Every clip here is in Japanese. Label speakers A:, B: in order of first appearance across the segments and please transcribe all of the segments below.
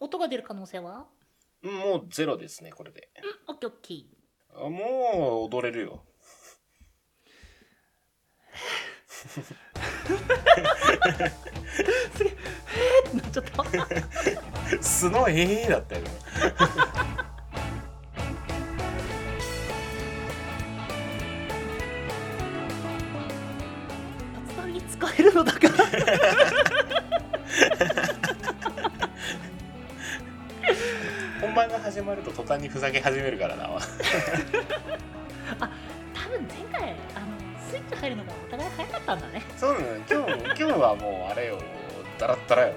A: 音が出る可能性は
B: もうゼロですねこれで
A: オッケーオッケー
B: あもう踊れるよ
A: すげええーってなっちゃった
B: 素のええだったよね
A: 厚紙に使えるのだから
B: 本番が始まると途端にふざけ始めるからな
A: 多分前回あのスイッチ入るのがお互い早かったんだね
B: そうなの今日今日はもうあれよダラッダラよ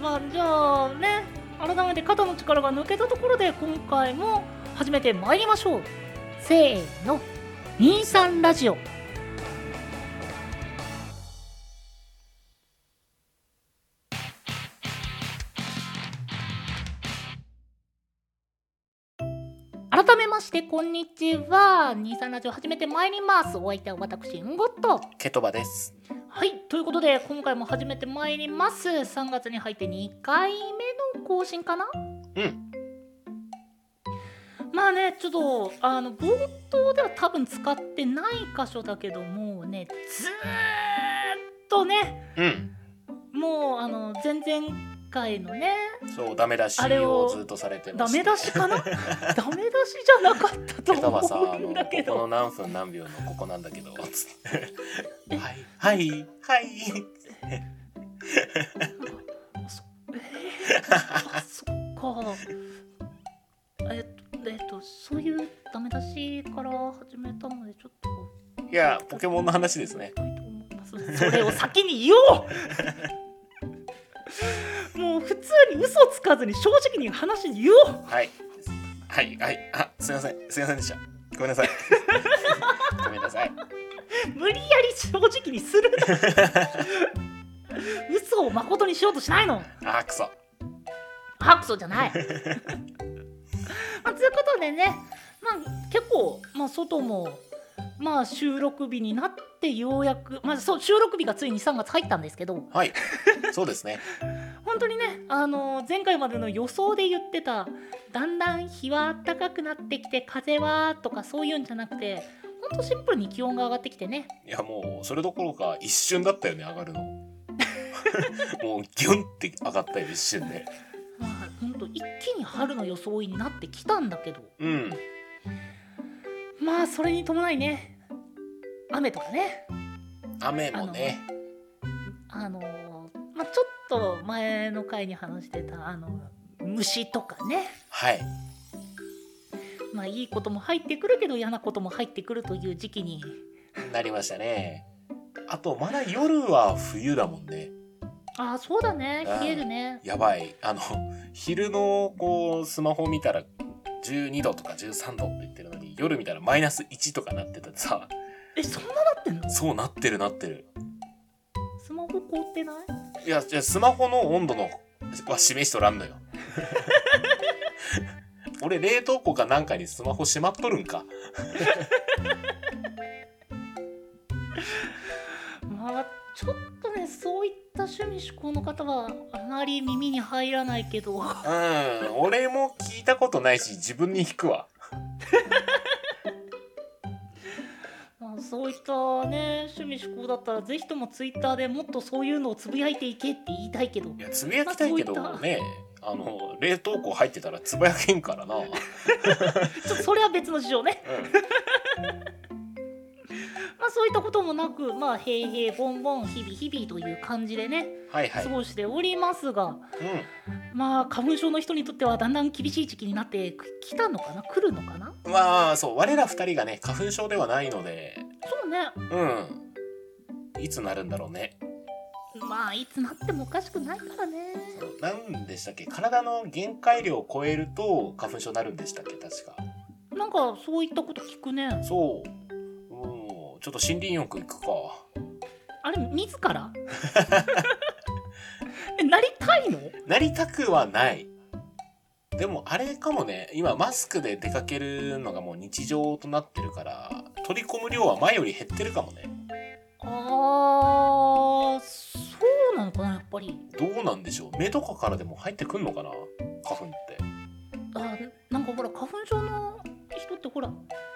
A: まあじゃあね改めて肩の力が抜けたところで今回も始めてまいりましょうせーの23ラジオ改めましてこんにちは23ラジオ始めてまいりますお相手は私んごっと
B: ケトバです
A: はい、ということで今回も始めてまいります3月に入って2回目の更新かな
B: うん
A: まあねちょっとあの冒頭では多分使ってない箇所だけどもうねずーっとね
B: うん
A: もうあの前々回のね
B: そうダメ出し
A: あれを
B: をずっとされてま
A: ダ
B: す
A: メ出しかな ダメ出しじゃなかったと
B: ケトバさん
A: 思
B: あ
A: う
B: の
A: んだけ
B: ここの
A: ど
B: 何分何秒のここなんだけどつって はいはいはい
A: あそあそっか。えっと、えっと、そういうダメ出しから始めたので、ちょっと。
B: いやポケモンの話ですね
A: と思います。それを先に言おう。もう普通に嘘つかずに正直に話言おう。
B: はいはいはいあすいませんすいませんでしたごめんなさ いごめんなさい
A: 無理やり正直にするな。嘘を誠にしようとしないの。
B: あくそ
A: 白素じゃ ない。まあ、ということでね、まあ、結構、まあ、外も、まあ、収録日になってようやく、まあ、そう収録日がついに3月入ったんですけど
B: はいそうですね
A: 本当にね、あの前回までの予想で言ってただんだん日は暖かくなってきて風はとかそういうんじゃなくて本当シンプルに気温が上がってきてね
B: いやもうそれどころか一瞬だったよね上がるのもうギュンって上がったよ一瞬で
A: まあ本当一気に春の装いになってきたんだけど
B: うん
A: まあそれに伴いね雨とかね
B: 雨もね
A: あのーまあ、ちょっと前の回に話してたあの虫とかね、
B: はい
A: まあ、いいことも入ってくるけど嫌なことも入ってくるという時期に
B: なりましたねあとまだ夜は冬だもんね
A: ああそうだね
B: うん
A: 冷えるね
B: やばいあの昼のこうスマホ見たら12度とか13度って言ってるのに夜見たらマイナス1とかなってたってさ
A: えそんななってんの
B: そうなってるなってる
A: スマホ凍ってない
B: いやじゃあスマホの温度のは示しとらんのよ俺冷凍庫かなんかにスマホしまっとるんか
A: まあちょっとねそういった趣味嗜好の方はあまり耳に入らないけど
B: うん俺も聞いたことないし自分に引くわ
A: まあ、そういったね趣味思考だったらぜひともツイッターでもっとそういうのをつぶやいていけって言いたいけど
B: いやつぶやきたいけど
A: まあそう
B: ねあの冷凍庫入ってたらつぶやけんからな、うん、
A: ちょっとそれは別の事情ねまあそういったこともなくまあ平平ボンボン日々日々という感じでね
B: はいはい
A: 過ごしておりますが、
B: うん
A: まあ花粉症の人にとってはだんだん厳しい時期になってきたのかな来るのかな
B: まあそう我ら二人がね花粉症ではないので
A: そうね
B: うんいつなるんだろうね
A: まあいつなってもおかしくないからね
B: そうなんでしたっけ体の限界量を超えると花粉症になるんでしたっけ確か
A: なんかそういったこと聞くね
B: そううんちょっと森林浴行くか
A: あれ自 らえなりたいの
B: なりたくはないでもあれかもね今マスクで出かけるのがもう日常となってるから取り込む量は前より減ってるかもね
A: あーそうなのかかなやっぱり
B: どうなんでしょう目とかからでも入ってくんのかな花粉って
A: あなんかほら花粉症の人ってほら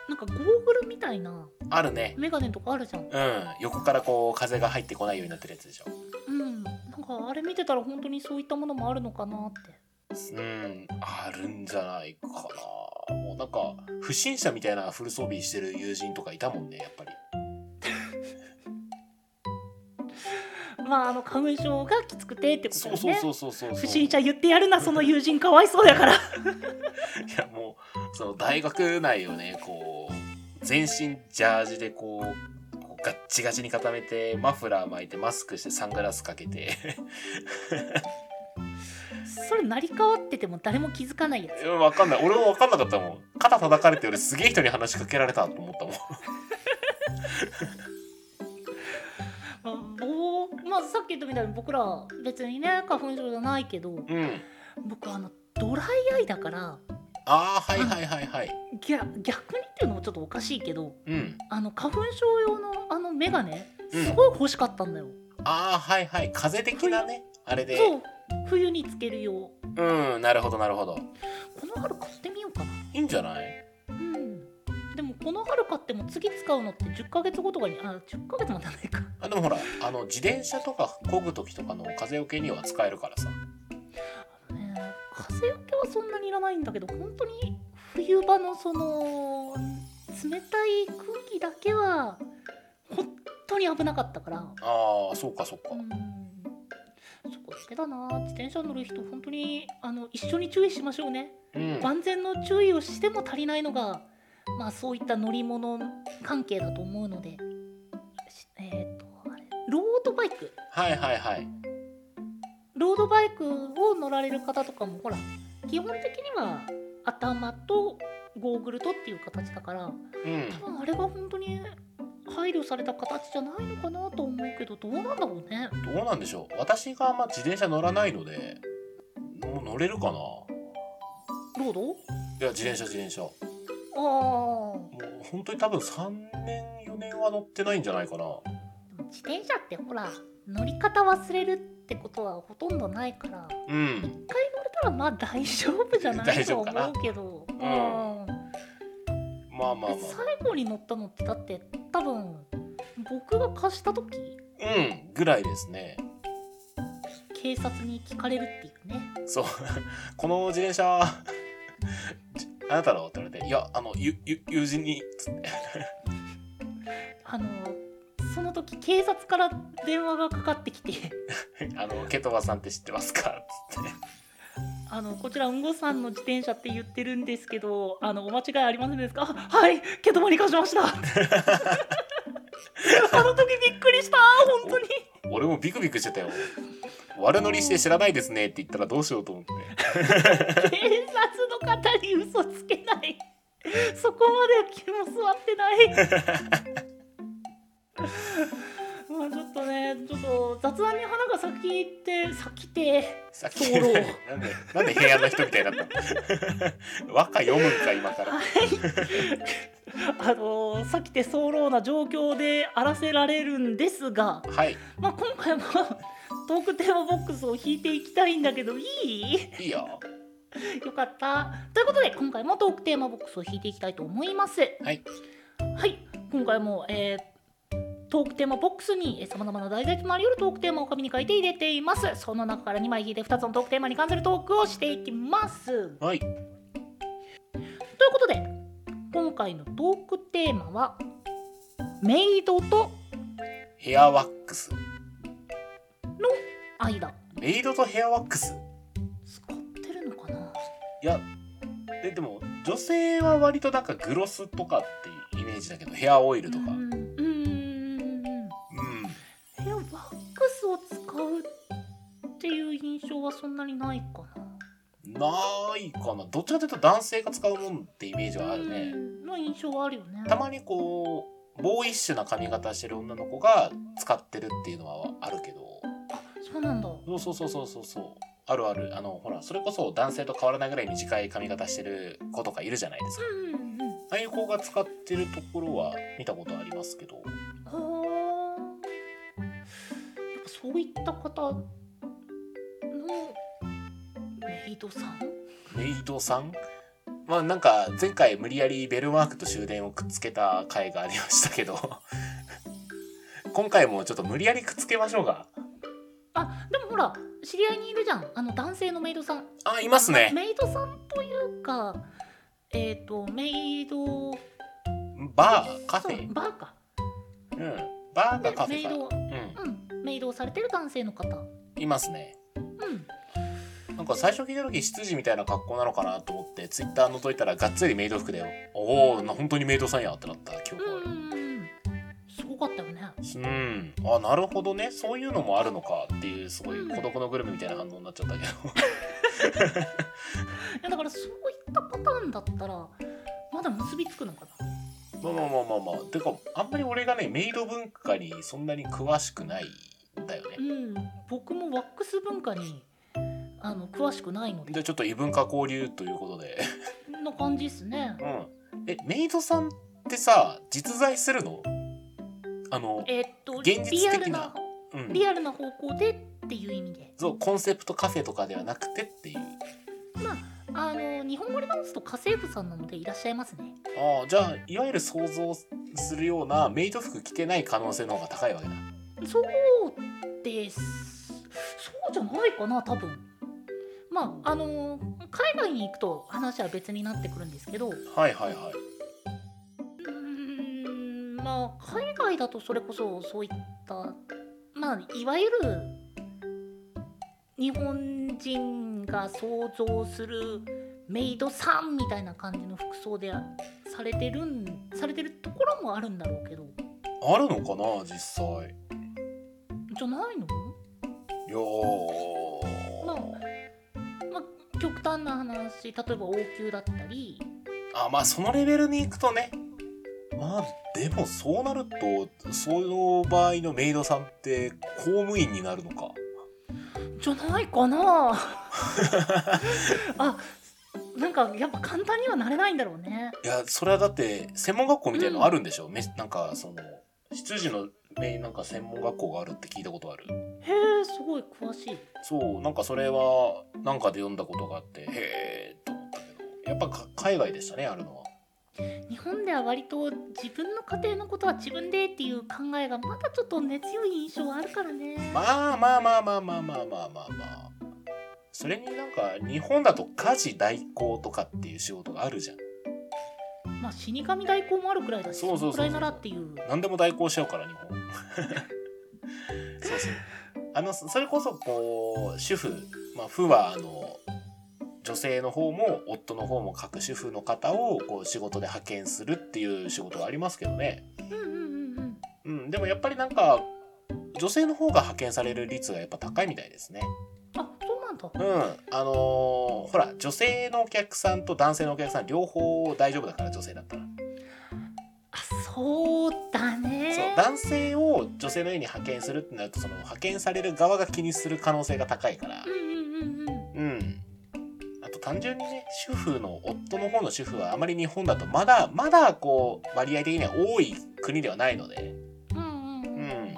A: なんかゴーグルみたいな
B: あるね
A: メガネとかあるじゃん
B: うん横からこう風が入ってこないようになってるやつでしょ
A: うんなんかあれ見てたら本当にそういったものもあるのかなって
B: うんあるんじゃないかなもうなんか不審者みたいなフル装備してる友人とかいたもんねやっぱり
A: まああの花粉症がきつくてってことだ
B: そ
A: よね
B: うそうそうそうそうそう
A: 不審者言ってやるなその友人かわいそうやから
B: いやもうその大学内をねこう全身ジャージでこうこうガッチガチに固めてマフラー巻いてマスクしてサングラスかけ て
A: それ成り代わってても誰も気づかないや
B: いやわかんない俺もわかんなかったもん肩叩かれて俺すげえ人に話しかけられたと思ったもん
A: つ、まあ、ぼまあさっき言ったみたいに僕ら別にね花粉症じゃないけど
B: うん
A: 僕あのドライアイだから
B: ああはいはいはいはい
A: ぎゃ逆にっていうのもちょっとおかしいけど
B: うん
A: あの花粉症用のあのメガネ
B: うん
A: すごい欲しかったんだよ、
B: ああはいはい風的なねあれで
A: そう冬につける用こ
B: うんなるほどなるほど
A: の春買ってみようかない
B: いんじゃない
A: うんでもこの春買っても次使うのって10ヶ月後とかにあ10ヶ月も経たないか
B: あでもほらあの自転車とか漕ぐ時とかの風よけには使えるからさ
A: ね風よけはそんなにいらないんだけど本当に冬場のその冷たい空気だけは本当に危なかったから
B: ああそうかそうか
A: うんそこだけだな自転車乗る人本当にあの一緒に注意しましょうね
B: うん
A: 万全の注意をしても足りないのがまあそういった乗り物関係だと思うのでしえっ、とあれロードバイク
B: はいはいはい
A: ロードバイクを乗られる方とかもほら基本的には頭とゴーグルとっていう形だから
B: うん
A: 多分あれが本当に配慮された形じゃないのかなと思うけどどうなんだろうね
B: どうなんでしょう私があんま自転車乗らないのでもう乗れるかな
A: ロード
B: いや自転車自転車も
A: ああ
B: う本当に多分3年4年は乗ってないんじゃないかな
A: でも自転車ってほら乗り方忘れるってことはほとんどないから
B: う
A: 一回
B: ん
A: 乗れたらまあ大丈夫じゃないと
B: 大丈夫かな
A: 思うけど、
B: う
A: うん
B: んまあまあま
A: 最後に乗ったのってだって多分僕が貸した時
B: あうんぐらいですね
A: 警察に聞かれるっていうね
B: そう この自転車 じあなたのって言われて「いやあのゆゆ友人に」つって
A: あのその時警察から電話がかかってきて
B: 「あのケトバさんって知ってますか?」つって
A: あのこちらうんごさんの自転車って言ってるんですけどあのお間違いありませんですかあはいけどもに貸しました あの時びっくりした本当に
B: 俺もビクビクしてたよ悪乗りして知らないですねって言ったらどうしようと思って
A: 警察の方に嘘つけないそこまで気も座ってない まあちょっとねちょっと雑談に花が咲いて咲きて
B: さっき
A: そうろう
B: なんでなんで平安な人みたいになったの和歌読むんか今から
A: あのさっきて早漏な状況で荒らせられるんですが、
B: はい
A: まあ、今回もトークテーマボックスを引いていきたいんだけどいい
B: いいよ
A: よかったということで今回もトークテーマボックスを引いていきたいと思います
B: はい
A: はい今回も、えートークテーマボックスにさまざまな題材となりうるトークテーマを紙に書いて入れていますその中から2枚引いて2つのトークテーマに関するトークをしていきます
B: はい
A: ということで今回のトークテーマはメイドと
B: ヘアワックス
A: 間
B: メイドとヘアワックス
A: 使ってるのかない
B: やえでも女性は割となんかグロスとかってイメージだけどヘアオイルとか
A: う
B: うん
A: んうんヘアワックスを使うっていう印象はそんなにないか
B: ないかなどっちかというと男性が使うもんってイメージ
A: な
B: はあるね
A: うんの印象はあるよね
B: たまにこうボーイッシュな髪型してる女の子が使ってるっていうのはあるけど
A: そうなんだ
B: そうそうそうそうそうそうあるあるあのほらそれこそ男性と変わらないぐらい短い髪型してる子とかいるじゃないですか
A: うんうんうん
B: ああいう子が使ってるところは見たことありますけど
A: はあやっぱそういった方イドさん
B: メイドさんまあなんか前回無理やりベルマークと終電をくっつけた回がありましたけど 今回もちょっと無理やりくっつけましょうか
A: あでもほら知り合いにいるじゃんあの男性のメイドさん
B: あいますね
A: メイドさんというかえっ、とメイド
B: バーカフ
A: そ
B: ェ
A: うバーか
B: うんバー
A: で
B: かカフ
A: メ
B: ェ
A: イ
B: か
A: ド
B: う
A: うんメイドをされてる男性の方うん
B: いますね
A: ん
B: なんか最初聞いた時執事みたいな格好なのかなと思ってツイッター覗いたらがっつりメイド服だよおお本当にメイドさんやってなった記憶がある
A: うんうんすごかったよね
B: うん、あなるほどねそういうのもあるのかっていうすごい孤独のグルメみたいな反応になっちゃったけど
A: いやだからそういったパターンだったらまだ結びつくのかな
B: まあまあまあまあまあてかあんまり俺がねメイド文化にそんなに詳しくないんだよ
A: う
B: ね
A: ん僕もワックス文化にあの詳しくないの
B: じゃ
A: で
B: あちょっと異文化交流ということで
A: の感じっすね
B: うんえメイドさんってさ実在するのあの
A: えーっと
B: 現実的
A: リ
B: な
A: アルな
B: うん
A: リアルな方向でっていう意味で
B: そうコンセプトカフェとかではなくてっていう
A: あの日本語で直すと家政婦さんなのでいらっしゃいますね
B: ああじゃあいわゆる想像するようなメイド服着てない可能性の方が高いわけだ
A: そうですそうじゃないかな多分まああの海外に行くと話は別になってくるんですけど
B: はいはいはいう
A: ーんまあ海外だとそれこそそういったまあいわゆる日本人が想像するメイドさんみたいな感じの服装でされてるんされてるところもあるんだろうけど
B: あるのかな実際
A: じゃないの
B: いやー
A: まあ、まあ、極端な話例えば王宮だったり
B: あまあそのレベルに行くとねまあでもそうなるとその場合のメイドさんって公務員になるのか
A: じゃないか なあなんかやっぱ簡単にはなれないんだろうね。
B: いやそれはだって専門学校みたいのあるんでしょ、めなんかその執事のメイなんか専門学校があるって聞いたことある
A: へえすごい詳しい
B: そうなんかそれはなんかで読んだことがあってへえと思ったけどやっぱか海外でしたねあるのは
A: 日本では割と自分の家庭のことは自分でっていう考えがまだちょっと根強い印象はあるからね、
B: まあまあまあまあまあまあまあまあまあそれになんか日本だと家事代行とかっていう仕事があるじゃん
A: まあ死神代行もあるくらいだし
B: そうそうそうそう
A: のくらいならっていう
B: 何でも代行しちゃうから日本 そうそうあのそそれこそこう主婦まあ夫はあの女性の方も夫の方も各主婦の方をこう仕事で派遣するっていう仕事がありますけどね
A: うんうんうんうん
B: うんでもやっぱりなんか女性の方が派遣される率がやっぱ高いみたいですね
A: あそうなんだ
B: うん、あのーほら女性のお客さんと男性のお客さん両方大丈夫だから女性だったら、
A: あそうだね
B: そう男性を女性の家に派遣するってなるとその派遣される側が気にする可能性が高いから
A: うんうんうんうん
B: うんあと単純にね主婦の夫の方の主婦はあまり日本だとまだまだこう割合的には多い国ではないので
A: うんうん
B: う
A: うん
B: ん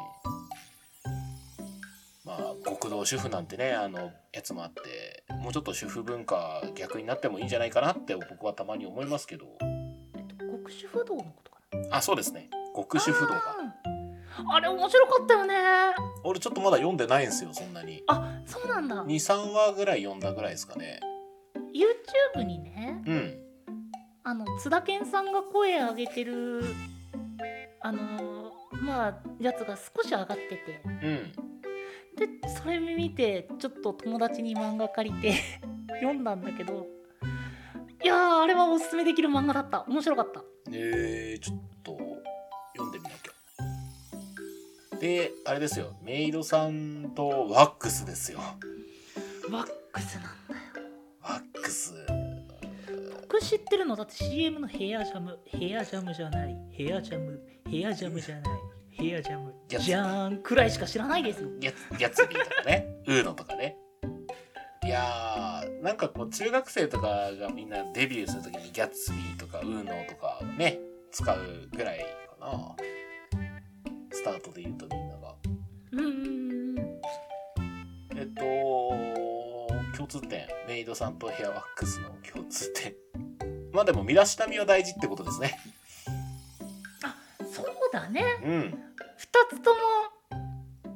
B: まあ極道主婦なんてねあのやつもあってもうちょっと主婦文化逆になってもいいんじゃないかなって僕はたまに思いますけど
A: えっと極主不動のことかな
B: あそうですね極主婦道か
A: あーあれ面白かったよね
B: 俺ちょっとまだ読んでないんですよそんなに
A: あそうなんだ
B: 23話ぐらい読んだぐらいですかね
A: YouTube にね
B: うん
A: あの津田健さんが声上げてるあのーまあやつが少し上がってて
B: うん
A: でそれ見てちょっと友達に漫画借りて 読んだんだけどいやーあれはおすすめできる漫画だった面白かった
B: えー、ちょっと読んでみなきゃであれですよメイドさんとワックスですよ
A: ワックスなんだ
B: ワックス
A: 僕知ってるのだって CM のヘアジャムヘアジャムじゃないヘアジャムヘアジャムじゃないヘアジャム
B: やつ
A: じゃーんくらいしか知らないですよ
B: ギャツギャツビーとかねウーノとかねいやーなんかこう中学生とかがみんなデビューするときにギャツビーとかウーノとかね使うぐらいかなスタートで言うとみんなが
A: うんうんうんうん
B: えっと共通点メイドさんとヘアワックスの共通点まあでも身だしなみは大事ってことですね
A: そうだね
B: うん
A: 2つとも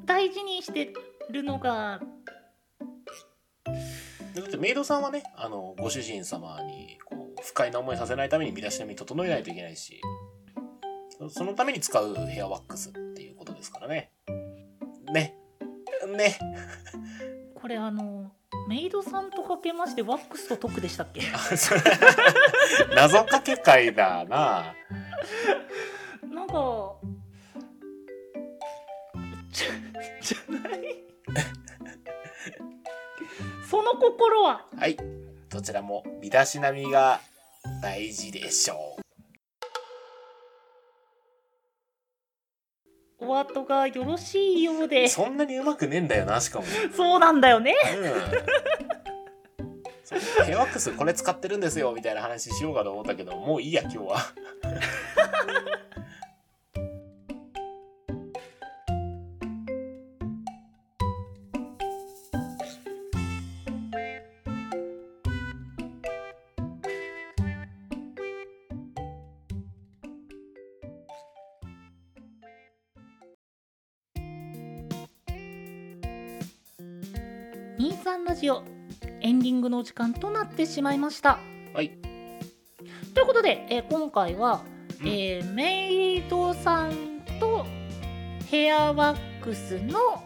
A: 大事にしてるのが
B: だってメイドさんはねあのご主人様にこう不快な思いさせないために身だしなみ整えないといけないしそそのために使うヘアワックスっていうことですからねねね
A: これあのメイドさんとかけましてワックスとトックでしたっけ
B: あそれ謎かけ会だな
A: なんかじゃじゃないその心は
B: はいどちらも身だしなみが大事でしょう
A: お後がよろしいようでそ
B: そんなにうまくねえんだよなしかも
A: うなんだよね
B: うんそうヘアワックスこれ使ってるんですよみたいな話しようかと思ったけどもういいや今日は
A: 23ラジオエンディングのお時間となってしまいました
B: はい
A: ということで、えー今回は、
B: うん
A: えーメイドさんとヘアワックスの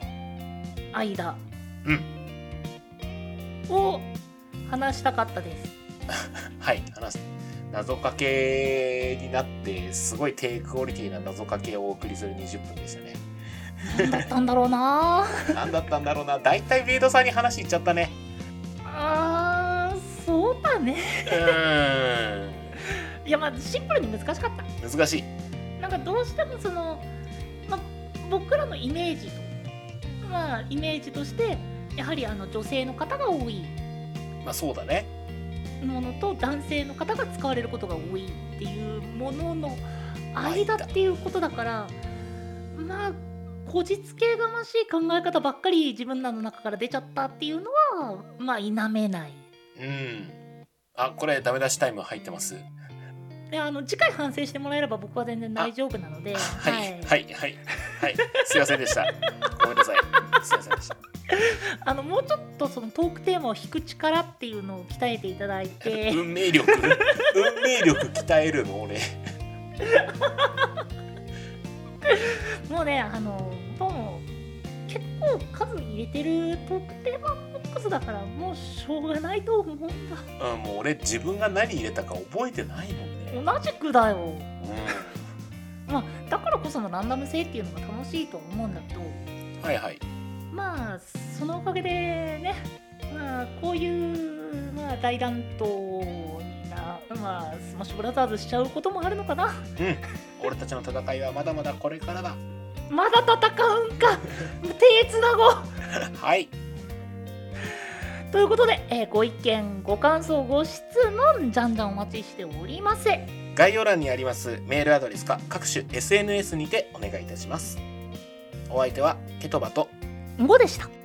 A: 間
B: うん
A: を話したかったです、
B: はい話す謎かけになってすごい低クオリティな謎かけをお送りする20分でしたね
A: 何だったんだろうな
B: 何だったんだろうな 大体メイドさんに話いっちゃったね
A: あーそうだね
B: うーん
A: いやまあシンプルに難しかった
B: 難しい
A: なんかどうしてもその、ま、僕らのイメージと、まあ、イメージとしてやはりあの女性の方が多い
B: まあそうだね
A: ものと男性の方が使われることが多いっていうものの間っていうことだからまあこじつけがましい考え方ばっかり自分らの中から出ちゃったっていうのはまあ否めない。
B: うんあこれダメ出しタイム入ってます
A: であの次回反省してもらえれば僕は全然大丈夫なので、
B: はいはいはいはいすいませんでしたごめんなさいすいませんでした
A: あのもうちょっとそのトークテーマを引く力っていうのを鍛えていただい て
B: 運命力運命力鍛えるの俺
A: もうねあのもう結構数入れてるトークテーマボックスだからもうしょうがないと思うんだ
B: うんもう俺自分が何入れたか覚えてないもんね
A: 同じくだよ
B: う
A: まあだからこそのランダム性っていうのが楽しいと思うんだけど
B: んはいはい
A: まあそのおかげでねまあこういうまあ大乱闘なまあスマッシュブラザーズしちゃうこともあるのかな
B: うん俺たちの戦いはまだまだこれからだ
A: まだ戦うんか手つなごう
B: はい
A: ということで、えーご意見ご感想ご質問じゃんじゃんお待ちしております
B: 概要欄にありますメールアドレスか各種 SNS にてお願いいたしますお相手はケトバと
A: 5でした